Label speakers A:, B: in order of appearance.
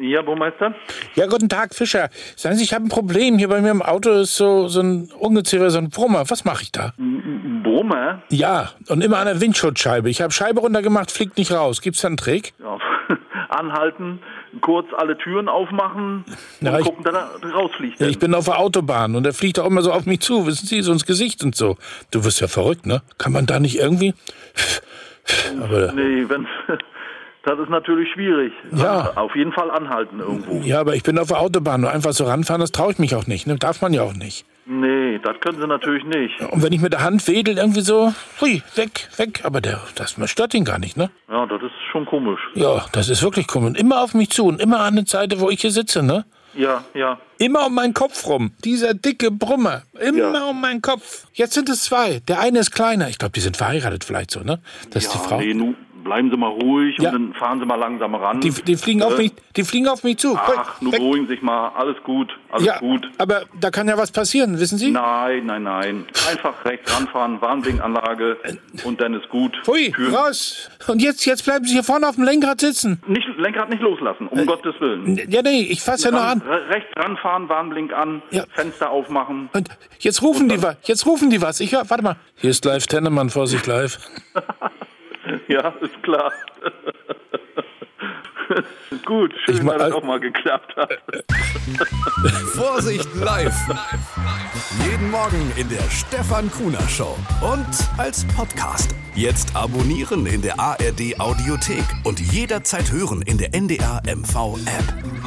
A: Ja, Burmeister?
B: Ja, guten Tag, Fischer. Sagen Sie, ich habe ein Problem. Hier bei mir im Auto ist so, so ein Ungeziefer, so ein Brummer. Was mache ich da?
A: Brummer?
B: Ja, und immer an der Windschutzscheibe. Ich habe Scheibe runtergemacht, fliegt nicht raus. Gibt's da einen Trick?
A: Ja. Anhalten, kurz alle Türen aufmachen
B: Ja,
A: und
B: ich-
A: gucken, dass er rausfliegt.
B: Ja, ich bin auf der Autobahn und der fliegt auch immer so auf mich zu, wissen Sie, so ins Gesicht und so. Du wirst ja verrückt, ne? Kann man da nicht irgendwie? Aber,
A: nee, wenn, das ist natürlich schwierig.
B: Ja.
A: Auf jeden Fall anhalten irgendwo.
B: ja, aber ich bin auf der Autobahn und einfach so ranfahren, das traue ich mich auch nicht, ne? Darf man ja auch nicht.
A: Nee, das können sie natürlich nicht.
B: Und wenn ich mit der Hand wedel, irgendwie so, hui, weg, weg. Aber der, das stört ihn gar nicht, ne?
A: Ja, das ist schon komisch.
B: Ja, das ist wirklich komisch. Immer auf mich zu und immer an der Seite, wo ich hier sitze, ne?
A: Ja, ja.
B: Immer um meinen Kopf rum. Dieser dicke Brummer. Immer
A: Ja.
B: um meinen Kopf. Jetzt sind es zwei. Der eine ist kleiner. Ich glaube, die sind verheiratet vielleicht so, ne? Das ist die
A: ja
B: Frau.
A: nee, nu, bleiben Sie mal ruhig
B: Ja.
A: und dann fahren Sie mal langsam ran.
B: Die, die, fliegen auf
A: Äh,
B: mich, die fliegen auf mich zu.
A: Ach,
B: Weg,
A: nun
B: weg.
A: beruhigen Sie sich mal. Alles gut, alles
B: ja,
A: gut.
B: aber da kann ja was passieren, wissen Sie?
A: Nein, nein, nein. Einfach rechts ranfahren, Warnblinkanlage
B: Äh,
A: und dann ist gut.
B: Hui,
A: Türen-
B: raus. Und jetzt, jetzt bleiben Sie hier vorne auf dem Lenkrad sitzen.
A: Nicht, Lenkrad nicht loslassen, um Gottes Willen.
B: Ja, nee, ich fasse ja Äh, noch
A: Ran-
B: an.
A: re- Rechts ranfahren, Warnblink an,
B: Ja.
A: Fenster aufmachen.
B: Und jetzt rufen die was. Jetzt rufen die was. Ich hör, warte mal. Hier ist live Tennemann, Vorsicht live.
A: Ja, ist klar. gut, schön,
B: Ich ma- Äh,
A: dass es auch mal geklappt hat.
C: Vorsicht live. Jeden Morgen in der Stefan Kuhner Show und als Podcast. Jetzt abonnieren in der ARD Audiothek und jederzeit hören in der NDR MV App.